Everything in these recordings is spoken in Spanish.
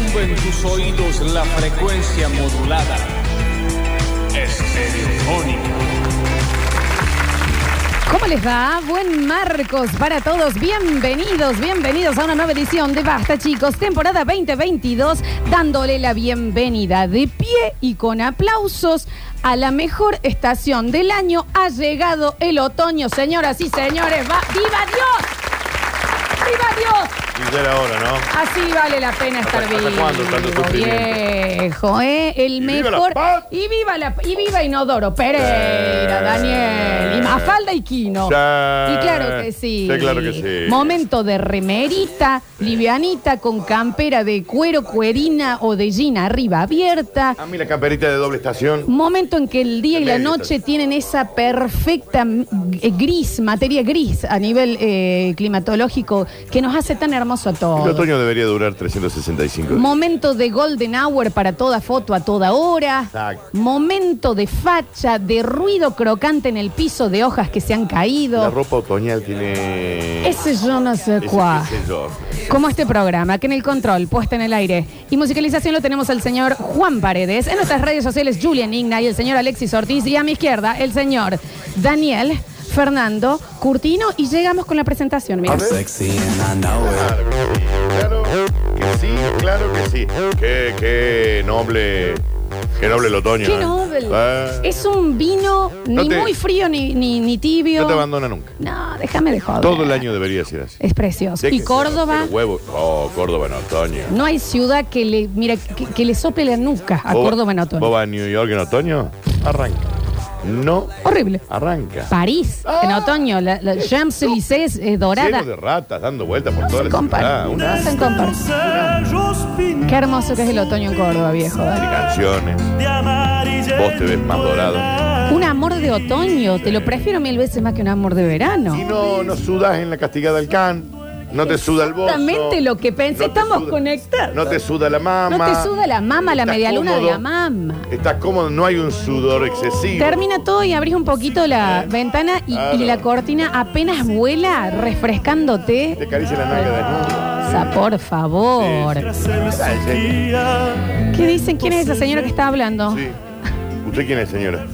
tus oídos la frecuencia modulada. Estereofónica. ¿Cómo les va? Buen Marcos para todos. Bienvenidos, bienvenidos a una nueva edición de Basta, chicos. Temporada 2022, dándole la bienvenida de pie y con aplausos a la mejor estación del año. Ha llegado el otoño, señoras y señores. Va- ¡Viva Dios! ¡Viva Dios! Y ya era hora, ¿no? Así vale la pena ¿Hasta- estar hasta vivo. cuándo tanto sufrimiento? viejo, ¿eh? El viva la mejor. paz. y viva la y viva Inodoro Pereira, Eh. Daniel. Y Mafalda y Quino. Sí. Y claro que sí. Ah, Sí, claro que sí. Momento de remerita, livianita, con campera de cuero, cuerina o de gina arriba abierta. A mí la camperita de doble estación. Momento en que el día y la Tremendo. noche tienen esa perfecta mm, eh, gris, materia gris a nivel eh, climatológico que nos hace tan hermoso a El todos. otoño debería durar 365 días. Momento de golden hour para toda foto a toda hora. Exacto. Momento de facha, de ruido crocante en el piso de hojas que se han La caído. ropa otoñal tiene... Ese yo no sé ese- cuál. ese yo. Como este programa, que en el control, puesta en el aire y musicalización lo tenemos al señor Juan Paredes, en nuestras redes sociales Julian Igna y el señor Alexis Ortiz, y a mi izquierda el señor Daniel Fernando Curtino, y llegamos con la presentación. Mira. A ver. Sexy and I know it. Claro que sí, claro que sí, claro que sí. Qué, qué noble... Qué noble el otoño. ¡Qué ¿eh? noble! Ah, Es un vino ni No te- muy frío ni, ni, ni tibio. No te abandona nunca. No, déjame de joder. Todo el año debería ser así. Es precioso. Y Déjense Córdoba, los huevos. Oh, Córdoba en otoño. no hay ciudad que le, mira, que, que le sople la nuca a ¿Vos va- Córdoba en otoño. ¿Vos vas a New York en otoño? Arranca. No Horrible. arranca. París, en Ah. otoño, la, la Champs-Élysées eh, dorada. Lleno de ratas dando vueltas por No toda se la compara. ciudad. Una No se compara. Qué hermoso que es el otoño en Córdoba, viejo. de canciones. Vos te ves más dorado. Un amor de otoño, te lo prefiero mil veces más que un amor de verano. Y no, no sudas en la castigada del can. No te suda el bozo. Exactamente lo que pensé. te Estamos suda- conectados. No te suda la mama. No te suda la mama, la Estás medialuna de cómodo. la mama. Estás cómodo, no hay un sudor excesivo. Termina todo y abrís un poquito la Eh, ventana y, claro. y la cortina apenas vuela, Te refrescándote. acaricia la nalga desnuda. Sa, por favor. ¿Qué dicen? ¿Quién es esa señora que está hablando? Sí. ¿Usted quién es, señora?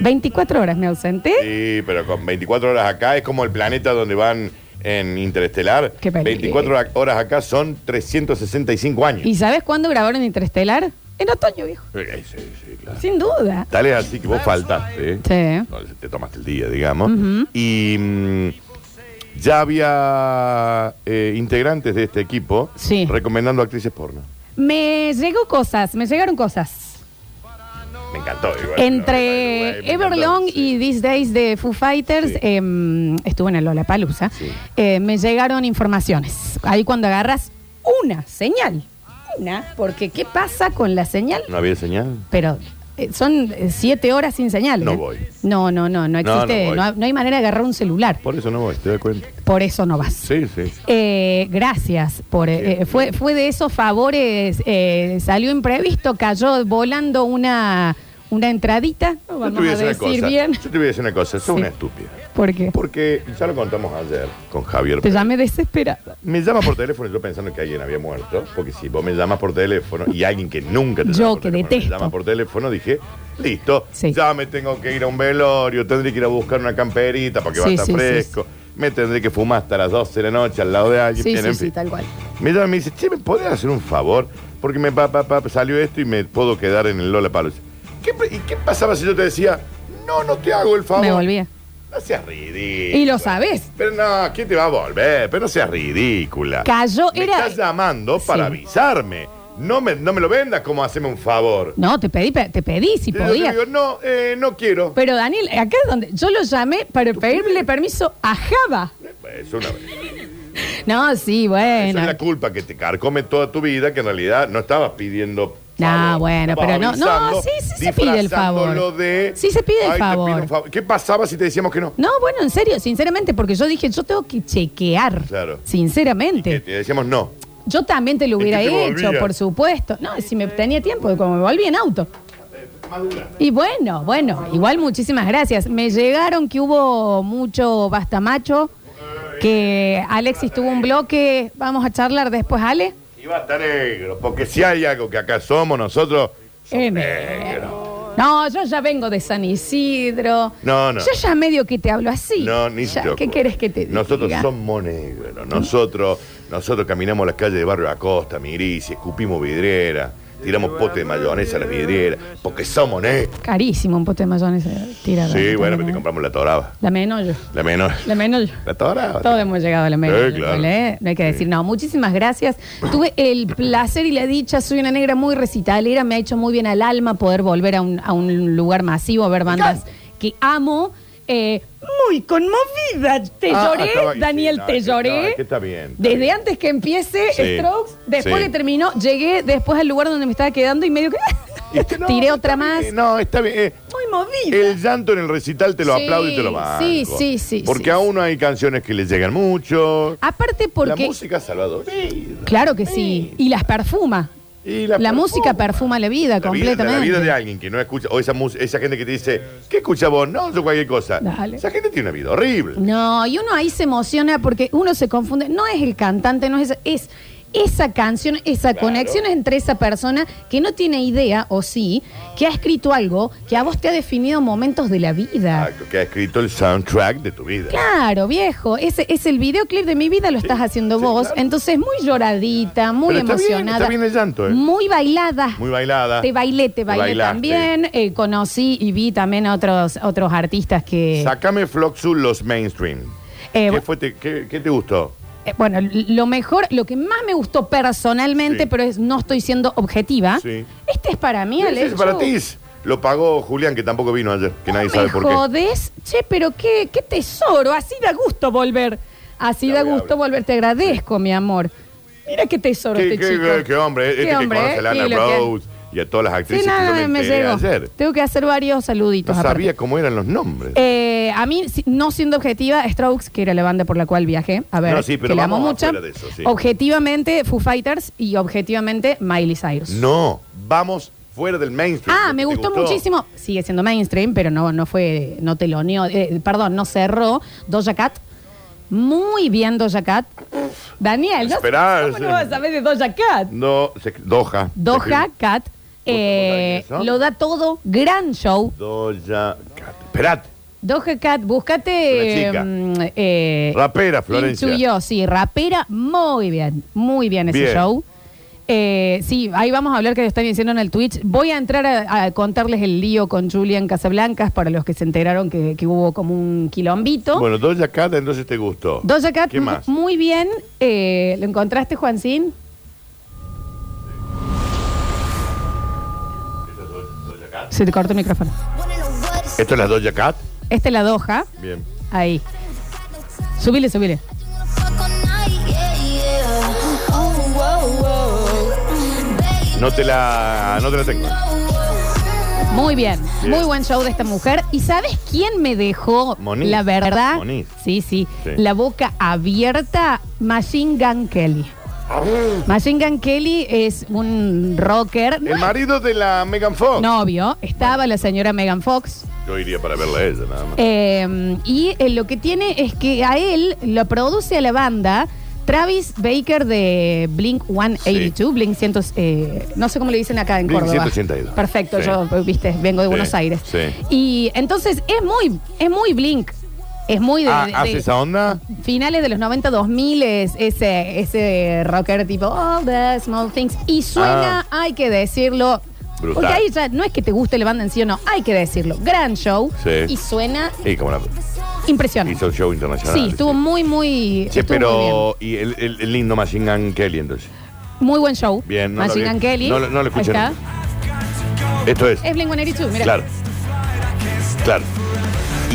24 horas me ausenté. Sí, pero con 24 horas acá es como el planeta donde van en Interestelar. Qué peligro. 24 hora- horas acá son 365 años. ¿Y sabes cuándo grabaron Interestelar? En otoño, viejo. Eh, Sí, sí, claro. Sin duda. Tal es así que vos faltaste. ¿eh? Sí. Entonces, Te tomaste el día, digamos. Y mm, ya había eh, integrantes de este equipo Sí. recomendando actrices porno. Me llegó cosas, me llegaron cosas. Me encantó. igual. Entre Me encantó, Everlong sí. y These Days de Foo Fighters, Sí. em, estuve en el Lollapalooza, Sí. eh, me llegaron informaciones. Ahí cuando agarras una señal, una, porque ¿qué pasa con la señal? ¿No había señal? Pero eh, son eh, siete horas sin señal. No ¿eh? voy. No, no, no, no No, no existe, voy. no, ha- no hay manera de agarrar un celular. Por eso no voy, te das cuenta. Por eso no vas. Sí, sí. Eh, gracias por eh, eh, fue fue de esos favores eh, salió imprevisto cayó volando una una entradita no Yo vamos te voy a a decir una decir cosa. bien Yo te voy a decir una cosa, sos Sí. una estúpida. porque Porque ya lo contamos ayer con Javier. te Pérez. llamé desesperada Me llama por teléfono yo pensando que alguien había muerto, porque si vos me llamas por teléfono y alguien que nunca te Yo llama por que teléfono, detesto. me llama por teléfono, dije, listo, Sí. ya me tengo que ir a un velorio, tendré que ir a buscar una camperita para que Sí, vaya sí, sí, fresco, me tendré que fumar hasta las 12 de la noche al lado de alguien, sí bien, sí en sí fin. tal cual Me llama y me dice, che, ¿me podés hacer un favor? Porque me pa, pa, pa, salió esto y me puedo quedar en el Lola Palos. ¿Qué, pa- ¿Y qué pasaba si yo te decía, no, no te hago el favor? me volvía No seas ridículo. y lo sabes Pero no, ¿quién te va a volver? Pero no seas ridícula. Cayó, me era- estás llamando para Sí. avisarme. No me, no me lo vendas como haceme un favor. no te pedí pe- te pedí si Y yo te podías digo, no, eh, no quiero. pero Daniel acá es donde yo lo llamé para pedirle permiso a Java Es una, esa no sí bueno es la culpa que te carcome toda tu vida, que en realidad no estabas pidiendo. No, favor. Ah, bueno, Estabas pero no- no, avisando, sí, sí se pide el favor. disfrazándolo de, Sí se pide el "Ay, te pido favor". un favor. ¿Qué pasaba si te decíamos que no? No, bueno, en serio, sinceramente, porque yo dije, yo tengo que chequear. Claro. Sinceramente. Que Eh, te decíamos no. Yo también te lo Es hubiera que te hecho, volvía. por supuesto. No, si me tenía tiempo, como me volví en auto. Y bueno, bueno, igual muchísimas gracias. Me llegaron que hubo mucho bastamacho, que Alexis tuvo un bloque. Vamos a charlar después, Ale. Y basta negro, porque si hay algo que acá somos nosotros, somos Eh, negros. No, yo ya vengo de San Isidro. No, no. Yo ya medio que te hablo así. No, ni Ya, se te ¿Qué ocurra. querés que te diga? Nosotros somos negros. Nosotros, nosotros caminamos las calles de Barrio Acosta, Migris, escupimos vidriera, tiramos pote de mayonesa a las vidrieras, porque somos negros. Carísimo un pote de mayonesa tirado. Sí, bueno, pero te compramos la toraba. La menollo. La menor. La menollo. La toraba. Todos hemos llegado a la meta. Sí, claro. ¿vale? No hay que decir, no, muchísimas gracias. Tuve el placer y la dicha, soy una negra muy recitalera, me ha hecho muy bien al alma poder volver a un, a un lugar masivo, a ver bandas que amo. Eh, muy conmovida, te Ah, lloré, estaba- sí, Daniel, no, te es que- no, lloré. es que está bien, está Desde bien. antes que empiece Sí, Strokes, después sí. que terminó, llegué después al lugar donde me estaba quedando y medio que Y que no, tiré está otra más. bien, No, está bien. eh, Muy movida. El llanto en el recital te lo Sí, aplaudo y te lo banco. sí, sí, sí, Porque sí, a uno hay canciones que le llegan mucho. Aparte La porque... música ha salvado vidas. Claro que sí. Y las perfuma. Y La música perfuma la vida completamente. La vida de alguien que no escucha, o esa, mus- esa gente que te dice, ¿qué escucha vos? No, yo cualquier cosa. Dale. Esa gente tiene una vida horrible. No, y uno ahí se emociona porque uno se confunde. No es el cantante, no es es esa canción, esa Claro. conexión entre esa persona que no tiene idea, o sí, que ha escrito algo que a vos te ha definido momentos de la vida. Exacto, que ha escrito el soundtrack de tu vida. Claro, viejo, ese es el videoclip de mi vida, lo estás haciendo sí, vos. claro. Entonces, muy lloradita, muy Pero está bien, emocionada. está bien el llanto, ¿eh? Muy bailada. Muy bailada. Te bailé, te bailé bailaste. también. Eh, conocí y vi también a otros, otros artistas que. Sácame Floxu los mainstream. Eh, ¿Qué, fue te- qué- qué te gustó? Eh, Bueno, l- lo mejor, lo que más me gustó personalmente, Sí. pero es, no estoy siendo objetiva. Sí. Este es para mí, Ese Alex. es para ti. Lo pagó Julián, que tampoco vino ayer, que nadie sabe por Me qué. jodes, che, pero qué, qué tesoro. Así da gusto volver. Así Ya da voy a gusto hablar. volver. Te agradezco, mi amor. Mira qué tesoro ¿Qué, este qué- chico. qué- qué hombre, este Qué que conoce ¿eh? a Lana Sí, lo que- Rhoades y a todas las Sí, actrices nada, que yo me me enteré llegó. ayer. Tengo que hacer varios saluditos. No aparte. sabía cómo eran los nombres. Eh, a mí, si- no siendo objetiva, Strokes, que era la banda por la cual viajé, a ver, No, sí, pero que la amo vamos mucho. afuera de eso, sí. Objetivamente, Foo Fighters y objetivamente Miley Cyrus. No, vamos fuera del mainstream. Ah, me ¿Te gustó, muchísimo. Sigue siendo mainstream, pero no, no fue, no teloneó, eh, perdón, no cerró. Doja Cat. Muy bien, Doja Cat. Daniel, ¿no? Esperá, ¿cómo sí. no vas a saber de Doja Cat? No, se- Doha. Doja Se- Cat eh, ¿no? lo da todo, gran show. Doja Cat. Esperate. Doja Cat, búscate. Una chica. mm, eh, Rapera, Florencia. Into You, sí, rapera, muy bien, muy bien ese Bien. show. Eh, sí, ahí vamos a hablar que lo están diciendo en el Twitch. Voy a entrar a, a contarles el lío con Julian Casablancas para los que se enteraron que, que hubo como un quilombito. Bueno, Doja Cat entonces te gustó. Doja Cat, ¿Qué más? m- muy bien. Eh, ¿Lo encontraste, Juancín? Se te cortó el micrófono. ¿Esto es la Doja Cat? Esta es la Doja. Bien. Ahí. Subile, subile. No te la, no te la tengo. Muy bien, Bien. muy buen show de esta mujer. ¿Y sabes quién me dejó Moniz. la verdad? Moniz. Sí, sí, Sí. la boca abierta, Machine Gun Kelly. Ah. Machine Gun Kelly es un rocker El marido de la Megan Fox. novio. Estaba la señora Megan Fox. Yo iría para verla a ella, nada más. Eh, y eh, lo que tiene es que a él lo produce a la banda Travis Baker de Blink 182, Blink 100, eh, no sé cómo le dicen acá en Blink Córdoba. 182. Perfecto, Sí. yo viste, vengo de Sí, Buenos Aires. sí. Y entonces es muy, es muy Blink. Es muy de, Ah, de- ¿hace de esa onda? finales de los 90, 2000 es ese, ese rocker tipo All the Small Things. Y suena, hay que decirlo. Ah. Brutal. Porque ahí ya no es que te guste la banda en sí o no, hay que decirlo. Gran show. Sí. Y suena Y como la, Impresionante. hizo un show internacional. Sí, estuvo muy, muy. Che, estuvo pero. Y el, el- el lindo Machine Gun Kelly, entonces. Muy, bien. Muy buen show. Bien, no lo Machine vi. Gun Kelly. No lo- no lo Ahí escuché está. Esto es. Es Blink-182, mira. Claro. Claro.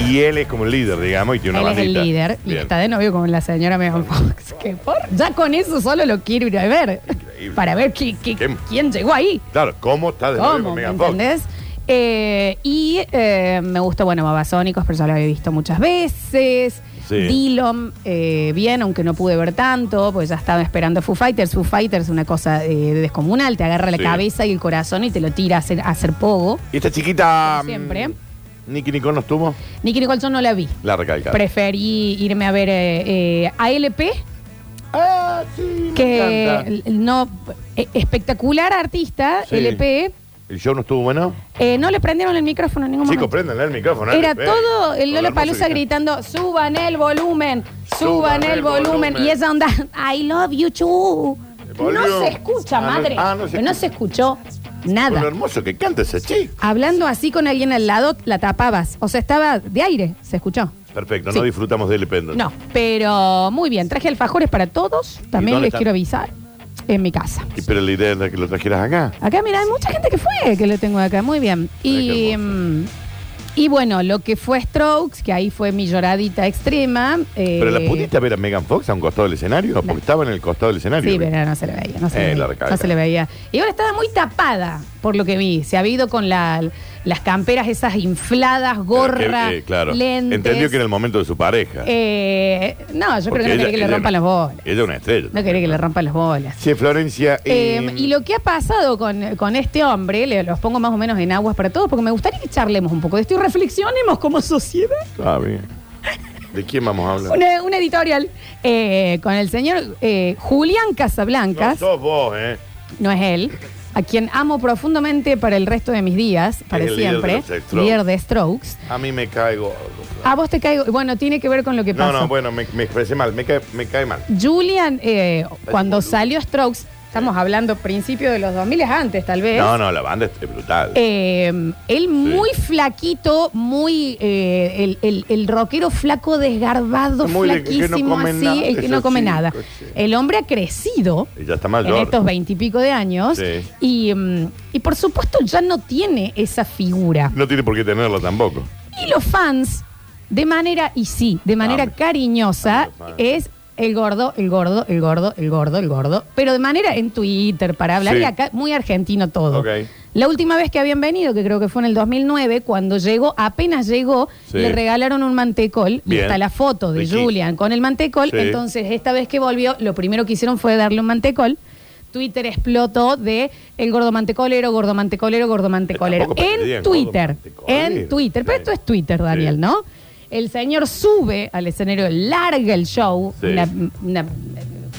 Y él es como el líder, digamos, y tiene una Él es el bandita. líder y Bien. está de novio con la señora Megan Fox. ¿Qué por? Ya con eso solo lo quiero ir a ver. Increíble. Para ver qui- qui- ¿Qué? quién llegó ahí. Claro, ¿cómo está de novio ¿Cómo? con ¿Me Megan Fox? entendés? Eh, y eh, me gusta, bueno, Babasónicos, pero ya lo había visto muchas veces. Sí. Dillom, eh, bien, aunque no pude ver tanto, pues ya estaba esperando Foo Fighters. Foo Fighters es una cosa eh, descomunal, te agarra la Sí. cabeza y el corazón y te lo tira a hacer, a hacer pogo. Y esta chiquita. Como siempre. Nicky Nicole nos tuvo. Nicky Nicole yo no la vi. La recalca. Preferí irme a ver eh, eh, ALP, ah, sí, que no eh, espectacular artista, Sí. LP, ¿El show no estuvo bueno? eh, no le prendieron el micrófono en ningún Chicos, momento. préndanle el micrófono. Era eh, todo el con la Lola Palusa música. gritando, suban el volumen, suban, Suban el el volumen. volumen. Y esa onda, I love you too. No volumen. se escucha, Ah, no- madre. ah, no se no escucha. se escuchó Con lo nada. hermoso que canta ese chico. Hablando así con alguien al lado, la tapabas. O sea, estaba de aire, se escuchó. Perfecto, Sí. no disfrutamos del pendón. No, pero muy bien. Traje alfajores para todos. También dónde les están? quiero avisar. En mi casa. Y pero la idea era que lo trajeras acá. Acá, mira, hay mucha gente que fue, que lo tengo acá. Muy bien. Ay, qué Y, mm, y bueno, lo que fue Strokes, que ahí fue mi lloradita extrema. eh, ¿Pero la pudiste ver a Megan Fox a un costado del escenario? Porque estaba en el costado del escenario. Sí, pero no se le veía, no se, Eh, le, veía, la recarga. no se le veía. Y ahora estaba muy tapada, por lo que vi. Se ha ido con la- las camperas esas infladas, gorra, Eh, eh, claro. lentes. Entendió que era el momento de su pareja. Eh, no, yo creo que no quería que le rompan las bolas. Ella es una estrella. No quería que le rompan las bolas. Sí, Florencia. Eh, eh, y lo que ha pasado con, con este hombre, le- los pongo más o menos en aguas para todos, porque me gustaría que charlemos un poco de esto y reflexionemos como sociedad. Ah, bien. ¿De quién vamos a hablar? Una, una editorial eh, con el señor eh, Julián No Casablancas, no, sos vos, ¿eh? es él, a quien amo profundamente para el resto de mis días, para Es el líder de siempre, los Strokes. líder de Strokes. A mí me caigo. A vos te caigo, bueno, tiene que ver con lo que No, pasó. no, bueno, me, me expresé mal. Me cae, me cae mal. Julian, eh, cuando boludo. salió Strokes, estamos hablando principio de los 2000, antes tal vez. No, no, la banda es brutal. Eh, él muy flaquito, muy eh, el, el- el rockero flaco desgarbado, Muy de- que no flaquísimo come así, nada, el que no eso come sí, nada. coche. El hombre ha crecido Y ya está en mayor. estos veintipico de años Sí. y, mm, y por supuesto ya no tiene esa figura. No tiene por qué tenerla tampoco. Y los fans, de manera, y sí, de manera Ame. cariñosa, Ame los fans. es el gordo, el gordo, el gordo, el gordo, el gordo. Pero de manera en Twitter, para hablar, Sí. y acá muy argentino todo. Ok. La última vez que habían venido, que creo que fue en el 2009, cuando llegó, apenas llegó, Sí. le regalaron un mantecol. Y Bien. está la foto de Ricky. Julian con el mantecol. Sí. Entonces, esta vez que volvió, lo primero que hicieron fue darle un mantecol. Twitter explotó de el gordo mantecolero, gordo mantecolero, gordo mantecolero. Tampoco En pedirían Twitter, gordo mantecolero. en Twitter. Pero Sí. esto es Twitter, Daniel, Sí. ¿no? El señor sube al escenario, larga el show, Sí. una, una-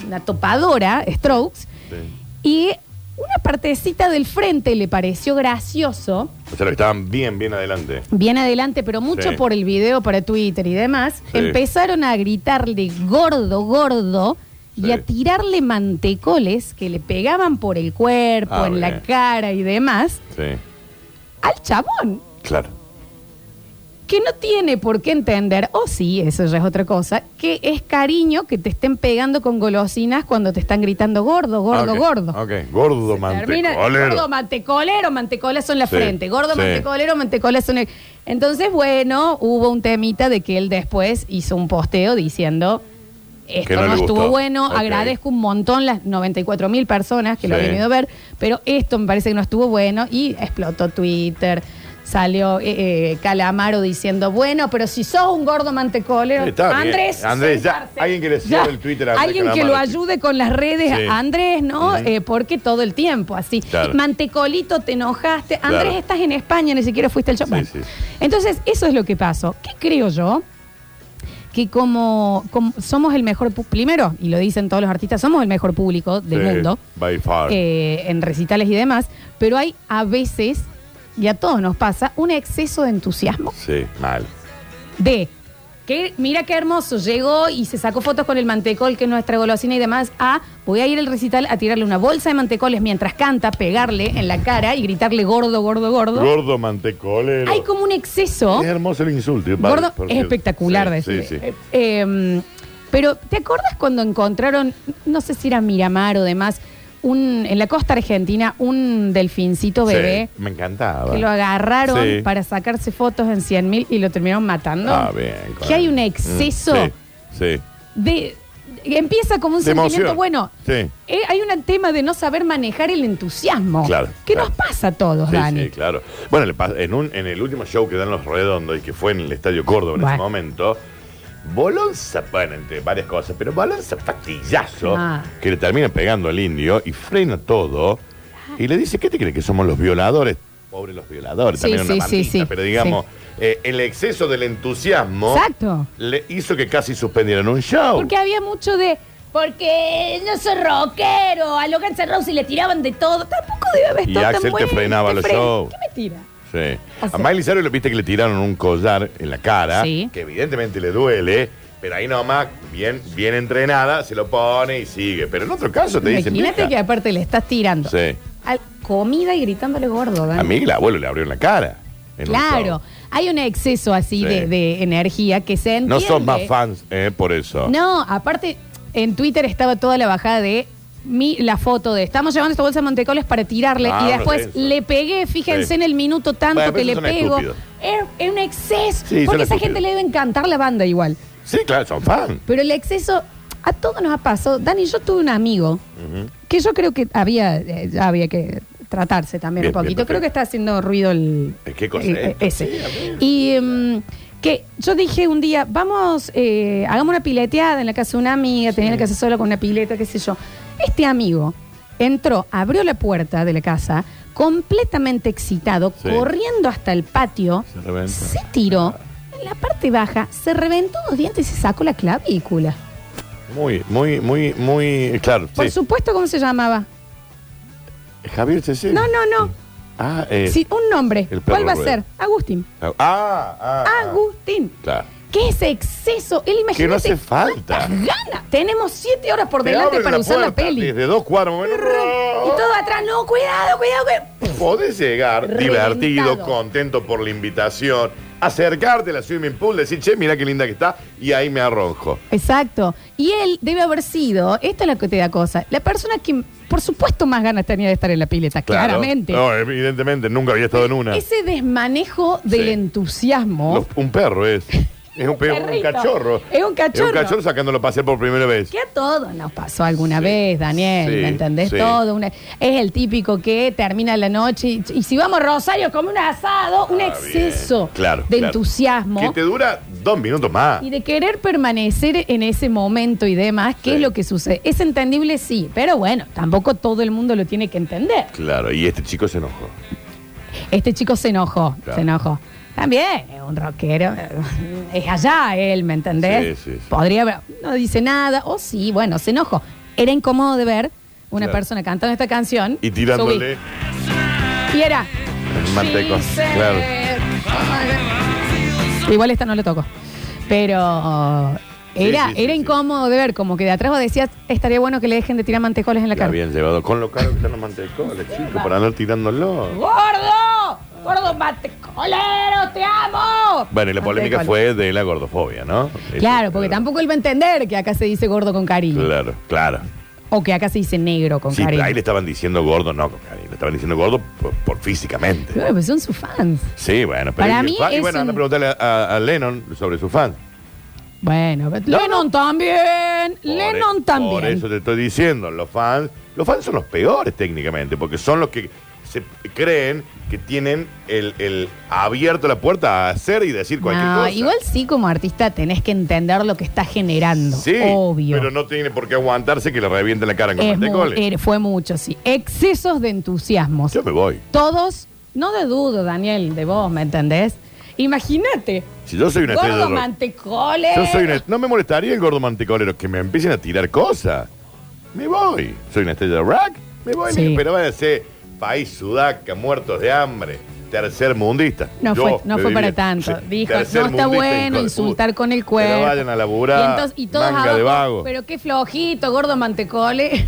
una topadora, Strokes, Sí. y una partecita del frente le pareció gracioso, O sea, lo que estaban bien, bien adelante. bien adelante, pero mucho Sí. por el video para Twitter y demás, Sí. empezaron a gritarle gordo, gordo. Y Sí. a tirarle mantecoles que le pegaban por el cuerpo, Ah, en la bien. cara y demás, Sí. al chabón. Claro. que no tiene por qué entender, o sí, eso ya es otra cosa, que es cariño que te estén pegando con golosinas cuando te están gritando gordo, gordo, Ah, Ok, gordo. Ok. Gordo Termina gordo mantecolero. mantecolero, mantecolas en la Sí, frente, gordo sí. mantecolero, mantecolas en el... Entonces, bueno, hubo un temita de que él después hizo un posteo diciendo, esto Que no no, le gustó. estuvo bueno, Ok. agradezco un montón las 94 mil personas que lo Sí. han venido a ver, pero esto me parece que no estuvo bueno y explotó Twitter. Salió eh, eh, Calamaro diciendo, bueno, pero si sos un gordo mantecolero, Sí, está bien. Andrés. Andrés, ya, sentarse. alguien que le cierre el Twitter a Andrés Alguien que Calamaro, lo sí. ayude con las redes Sí. a Andrés, ¿no? Ujú. Eh, porque todo el tiempo, así. Claro. Mantecolito, te enojaste. Andrés, Claro. estás en España, ni siquiera fuiste al show. Sí, Bueno, sí. Entonces, eso es lo que pasó. ¿Qué creo yo? Que como, como somos el mejor, pu- primero, y lo dicen todos los artistas, somos el mejor público del Sí, mundo, By far. eh, en recitales y demás, pero hay a veces, y a todos nos pasa, un exceso de entusiasmo Sí, mal. de que mira qué hermoso, llegó y se sacó fotos con el mantecol, que es nuestra golosina y demás, a voy a ir al recital a tirarle una bolsa de mantecoles mientras canta, pegarle en la cara y gritarle gordo, gordo, gordo. Gordo mantecolero. Hay como un exceso. Es hermoso el insulto. eh, gordo por es cierto. espectacular Sí, decir. sí, sí. Eh, eh, pero, ¿te acuerdas cuando encontraron, no sé si era Miramar o demás, un, en la costa argentina, un delfincito bebé Sí, me encantaba. que lo agarraron Sí. para sacarse fotos en 100.000 y lo terminaron matando? Ah, bien. Que hay un exceso Mm, Sí. sí. de empieza como un De sentimiento emoción. bueno. Sí. Eh, hay un tema de no saber manejar el entusiasmo. Claro, ¿Qué claro. nos pasa a todos, Sí, Dani? sí, claro. Bueno, le pas- en, un, en el último show que dan los redondos y que fue en el Estadio Córdoba en ese Bueno. momento, Bolonza, bueno, entre varias cosas, pero Bolonza fastillazo, Ah. que le termina pegando al indio y frena todo y le dice, ¿qué te crees que somos los violadores? Pobre los violadores, Sí, también una sí, sí, bandita, sí, pero digamos, eh, el exceso del entusiasmo Exacto. le hizo que casi suspendieran un show. Porque había mucho de porque no soy rockero. A Logan Cerraus y le tiraban de todo. Tampoco debe haber Y estado tan Axel te bueno. frenaba los frena. shows. ¿Qué me tira? Sí. O A sea- Miley Cyrus le viste que le tiraron un collar en la cara, Sí. que evidentemente le duele, pero ahí nomás, bien, bien entrenada, se lo pone y sigue. Pero en otro caso te dicen, Imagínate que "Mija". aparte le estás tirando Sí. al- comida y gritándole gordo, Dani. a mí el abuelo le abrió en la cara. en un Claro, show. hay un exceso así Sí. de, de energía que se entiende. No sos más fans, eh, por eso. No, aparte, en Twitter estaba toda la bajada de mi, la foto de estamos llevando esta bolsa de mantecoles para tirarle Ah, y bueno, después sí, eso. le pegué, fíjense Sí. en el minuto tanto Bueno, pero que le esos son pego. estúpidos. Es, es un exceso, Sí, son porque esa estúpidos. gente le debe encantar la banda igual. Sí, claro, son fan. Pero el exceso, a todos nos ha pasado. Dani, yo tuve un amigo que yo creo que había, eh, ya había que tratarse también Bien, un poquito. bien, creo que está perfecto. haciendo ruido el. Eh, qué cosa, el- eh. ese. Sí, a ver. y mm, que yo dije un día, vamos, eh, hagamos una pileteada en la casa de una amiga, tenía la casa sola con una pileta, qué sé yo. Este amigo entró, abrió la puerta de la casa, completamente excitado, Sí. corriendo hasta el patio, Se reventó. Ah. se tiró. En la parte baja se reventó dos dientes y se sacó la clavícula. Muy, muy, muy, muy. Claro, Por sí. supuesto, ¿cómo se llamaba? Javier Cecil. No, no, no. Ah, eh. Sí, un nombre. el perro ¿Cuál va a Rueda. ser? Agustín. Ah, ah, ah. Agustín. Claro. ¿Qué es exceso? Él imagínate. Que no hace falta. cuántas ganas. Tenemos siete horas por Te delante abren para usar la puerta peli. Desde dos cuadros. bueno, Y todo atrás. No, cuidado, cuidado, cuidado. Podés llegar Reventado. divertido, contento por la invitación, acercarte a la swimming pool, decir, che, mira qué linda que está, y ahí me arrojo. Exacto. Y él debe haber sido, esto es lo que te da cosa, la persona que por supuesto más ganas tenía de estar en la pileta, Claro. claramente. No, evidentemente, nunca había estado en una. Ese desmanejo del Sí. entusiasmo. Los- un perro es. Es un, perro, un perrito. cachorro. Es un cachorro. Es un cachorro sacándolo a pasear por primera vez. Que a todos nos pasó alguna Sí, vez, Daniel, sí, ¿me entendés? sí. Todo. una- es el típico que termina la noche y, y si vamos a Rosario como un asado, un Ah, exceso bien. Claro, de claro. entusiasmo Que te dura dos minutos más. y de querer permanecer en ese momento y demás, ¿qué Sí. es lo que sucede? Es entendible, sí, pero bueno, tampoco todo el mundo lo tiene que entender. Claro, y este chico se enojó. Este chico se enojó, Claro. se enojó. También es un rockero, es allá él, ¿me entendés? Sí, sí, sí. Podría haber, no dice nada, o sí, bueno, se enojó. Era incómodo de ver una Claro. persona cantando esta canción. Y tirándole subí. Y era. el manteco. She Claro. said- Igual esta no le tocó. Pero Sí, era, sí, sí, era sí. incómodo de ver, como que de atrás vos decías, estaría bueno que le dejen de tirar mantecoles en la La cara. habían llevado con lo caro que están los mantecoles, chico, para andar tirándolo. ¡Gordo! ¡Gordo mantecolero! ¡Te amo! Bueno, y la polémica Mantecoles. fue de la gordofobia, ¿no? Claro, porque Claro. tampoco él va a entender que acá se dice gordo con cariño. Claro, claro. O que acá se dice negro con Sí, pero cariño. ahí le estaban diciendo gordo, no, con cariño. Le estaban diciendo gordo por, por físicamente. Claro, pues son sus fans. Sí, bueno, pero. Para y, mí y es bueno, un- anda a preguntarle a, a- a Lennon sobre su fan. Bueno, pero Lennon también. Por Lennon e- también. Por eso te estoy diciendo, los fans. Los fans son los peores técnicamente, porque son los que se creen que tienen el, el abierto la puerta a hacer y decir cualquier No, cosa. Ah, igual sí como artista tenés que entender lo que estás generando. Sí, obvio. pero no tiene por qué aguantarse que le revienten la cara con Es mu- mantecoles. eh, fue mucho, sí. Excesos de entusiasmo. Yo me voy. Todos, no de dudo, Daniel, de vos, ¿me entendés? Imagínate. Si yo soy una estrella de Gordo Eh. rock. mantecoles. Yo soy una- no me molestaría el gordo mantecolero que me empiecen a tirar cosas. Me voy. Soy una estrella de rock. Me voy. Sí. Pero vaya a ser país sudaca, muertos de hambre, tercer mundista. No Yo fue, no fue viviría- para tanto. sí, Dijo, no tercer está mundista, hijo bueno de insultar puta. con el cuerpo. Pero vayan a laburar. Y, entonces- y todos manga abajo, de vago. Pero qué flojito, gordo mantecole.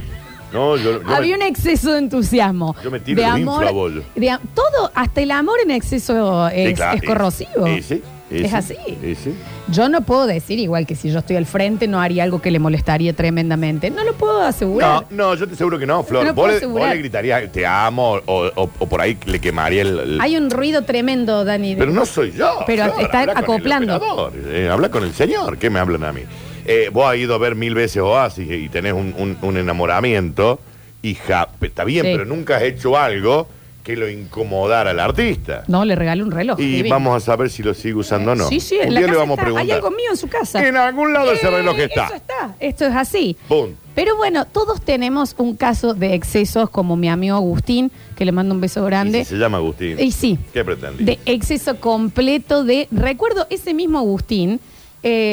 No, yo, yo Había un me- exceso de entusiasmo. Yo me tiro de el amor. infla, boludo. de am- todo, hasta el amor en exceso es, Sí, claro, es corrosivo. y sí, y es sí, así. y sí. Yo no puedo decir igual que si yo estoy al frente no haría algo que le molestaría tremendamente. No lo puedo asegurar. No, no, yo te aseguro que no, Flor. No lo vos, puedo le, asegurar. vos le gritarías, te amo, o, o- o por ahí le quemaría el. el- Hay un ruido tremendo, Dani. de- Pero no soy yo. Pero está habla con el acoplando. operador, eh, habla con el señor. ¿Qué me hablan a mí? Eh, vos has ido a ver mil veces Oasis y tenés un, un- un enamoramiento. Hija, está bien, Sí. pero nunca has hecho algo que lo incomodara al artista. No, le regalo un reloj. Y divino. vamos a saber si lo sigue usando o no. Sí, sí, en un la día le casa vamos está. a preguntar. Hay algo mío en su casa. En algún lado ese reloj está. Eh, Eso está, esto es así. Pum. Pero bueno, todos tenemos un caso de excesos, como mi amigo Agustín, que le mando un beso grande. Y si se llama Agustín. Y sí. ¿Qué pretendí? De exceso completo de. Recuerdo ese mismo Agustín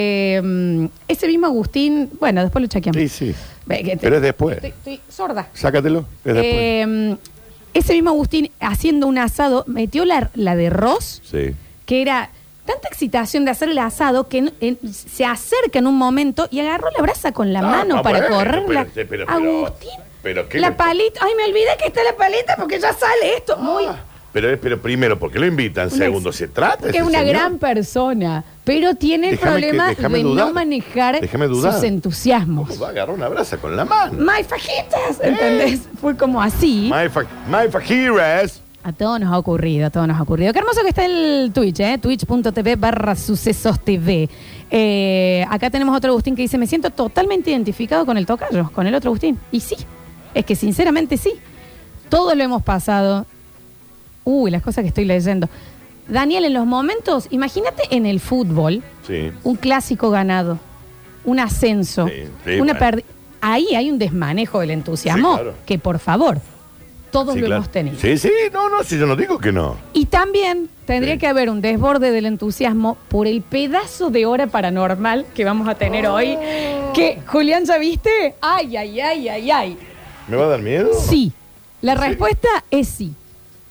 Eh, ese mismo Agustín, bueno, después lo chequeamos. Sí, sí. Ve que te- Pero es después. Estoy, estoy sorda. Sácatelo. Es después. Eh, ese mismo Agustín haciendo un asado metió la, la de Ross, sí. que era tanta excitación de hacer el asado que en- en- se acerca en un momento y agarró la brasa con la Ah, mano no, para bueno, correrla. pero- pero- pero- Agustín, pero ¿qué la le- palita. Ay, me olvidé que está la palita porque ya sale esto. Muy. Ah, pero, es- pero primero, ¿por qué lo invitan? Una Segundo, ex- ¿se trata? Que ese es una señor? gran persona, pero tiene el Déjame que- problema déjame de no dudar. manejar Déjame dudar. sus entusiasmos. ¿Cómo va a agarrar una brasa con la mano? ¡My fajitas! Eh. ¿Entendés? Fue como así. My, fa my fajiras. A todos nos ha ocurrido, a todos nos ha ocurrido. Qué hermoso que está el Twitch, ¿eh? Twitch.tv barra sucesos TV. Eh, acá tenemos otro Agustín que dice, me siento totalmente identificado con el tocayo, con el otro Agustín. Y sí, es que sinceramente sí. Todos lo hemos pasado. Uy, las cosas que estoy leyendo. Daniel, en los momentos, imagínate en el fútbol, Sí. un clásico ganado, un ascenso, Sí, sí, una bueno. pérdida. Ahí hay un desmanejo del entusiasmo Sí, claro. que, por favor, todos sí, lo claro. hemos tenido. Sí, sí, no, no, si yo no digo que no. Y también tendría Sí. que haber un desborde del entusiasmo por el pedazo de hora paranormal que vamos a tener Oh. hoy. Que, Julián, ¿ya viste? Ay, ay, ay, ay, ay. ¿Me va a dar miedo? Sí. La ¿Sí? respuesta es sí.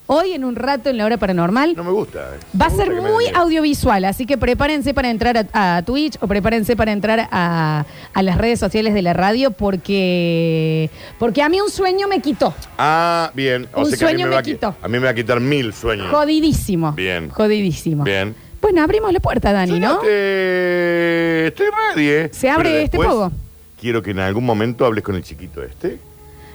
Hoy, en un rato, en la hora paranormal, No me gusta. eh. va a Me gusta ser que me muy den miedo. audiovisual. Así que prepárense para entrar a, a Twitch o prepárense para entrar a, a las redes sociales de la radio porque, porque a mí un sueño me quitó. Ah, bien. O Un sea que a mí sueño me, me va a qui- quitó. A mí me va a quitar mil sueños. Jodidísimo. Mm. Bien. Jodidísimo. Bien. Bueno, abrimos la puerta, Yo Dani, ¿no? te- Estoy ready, eh. Se abre Pero este después pogo. Quiero que en algún momento hables con el chiquito este,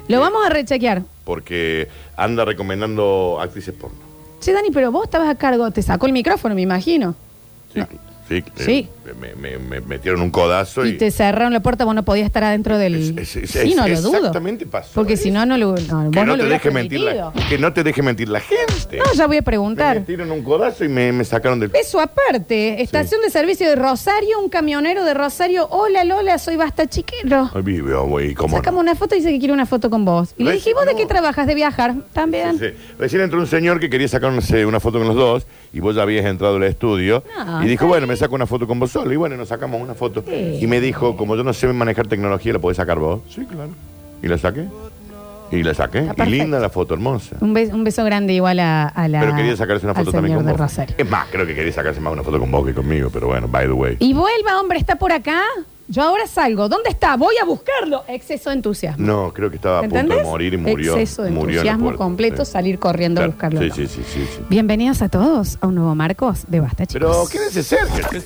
Lo vamos a rechequear. porque anda recomendando actrices porno. Che, Dani, pero vos estabas a cargo, te sacó el micrófono, me imagino. Sí, sí, Sí. eh, me, me- me metieron un codazo y. Y te cerraron la puerta, vos no podías estar adentro del. Es- es- sí, es- no lo dudo. exactamente pasó Porque eso. si no, no lo. No, que vos no no, lo te hubieras deje mentir la, permitido. que no te deje mentir la gente. No, ya voy a me preguntar. metieron un codazo y me, me sacaron del. Eso aparte, estación de servicio de Rosario, un camionero de Rosario. Hola Lola, soy basta chiquero. Ay, vive, oh, güey, cómo no. Sacamos una foto y dice que quiere una foto con vos. Y le Re- dije, ¿y vos de no. qué trabajas? ¿De viajar? También. Sí, sí. Recién entró un señor que quería sacar no sé, una foto con los dos y vos ya habías entrado al estudio No, y dijo, está bueno, me saco una foto con vos solo y bueno, nos sacamos una foto. Sí. Y me dijo, como yo no sé manejar tecnología, ¿la podés sacar vos? Sí, claro. Y la saqué. Y la saqué. Está Y perfecto. linda la foto, hermosa. Un, beso, un beso grande igual a, a la. Pero quería sacarse una al foto también señor con de vos. Rosario. Es más, creo que quería sacarse más una foto con vos que conmigo, pero bueno, by the way. Y vuelva, hombre, está por acá. Yo ahora salgo. ¿Dónde está? Voy a buscarlo. Exceso de entusiasmo. No, creo que estaba a punto ¿Entendés? de morir y murió. Exceso de murió en la entusiasmo puerta, completo, sí. salir corriendo Claro. a buscarlo. Sí, No. sí, sí, sí, sí. Bienvenidos a todos a un nuevo Marcos de Basta, chicos. Pero quédense cerca.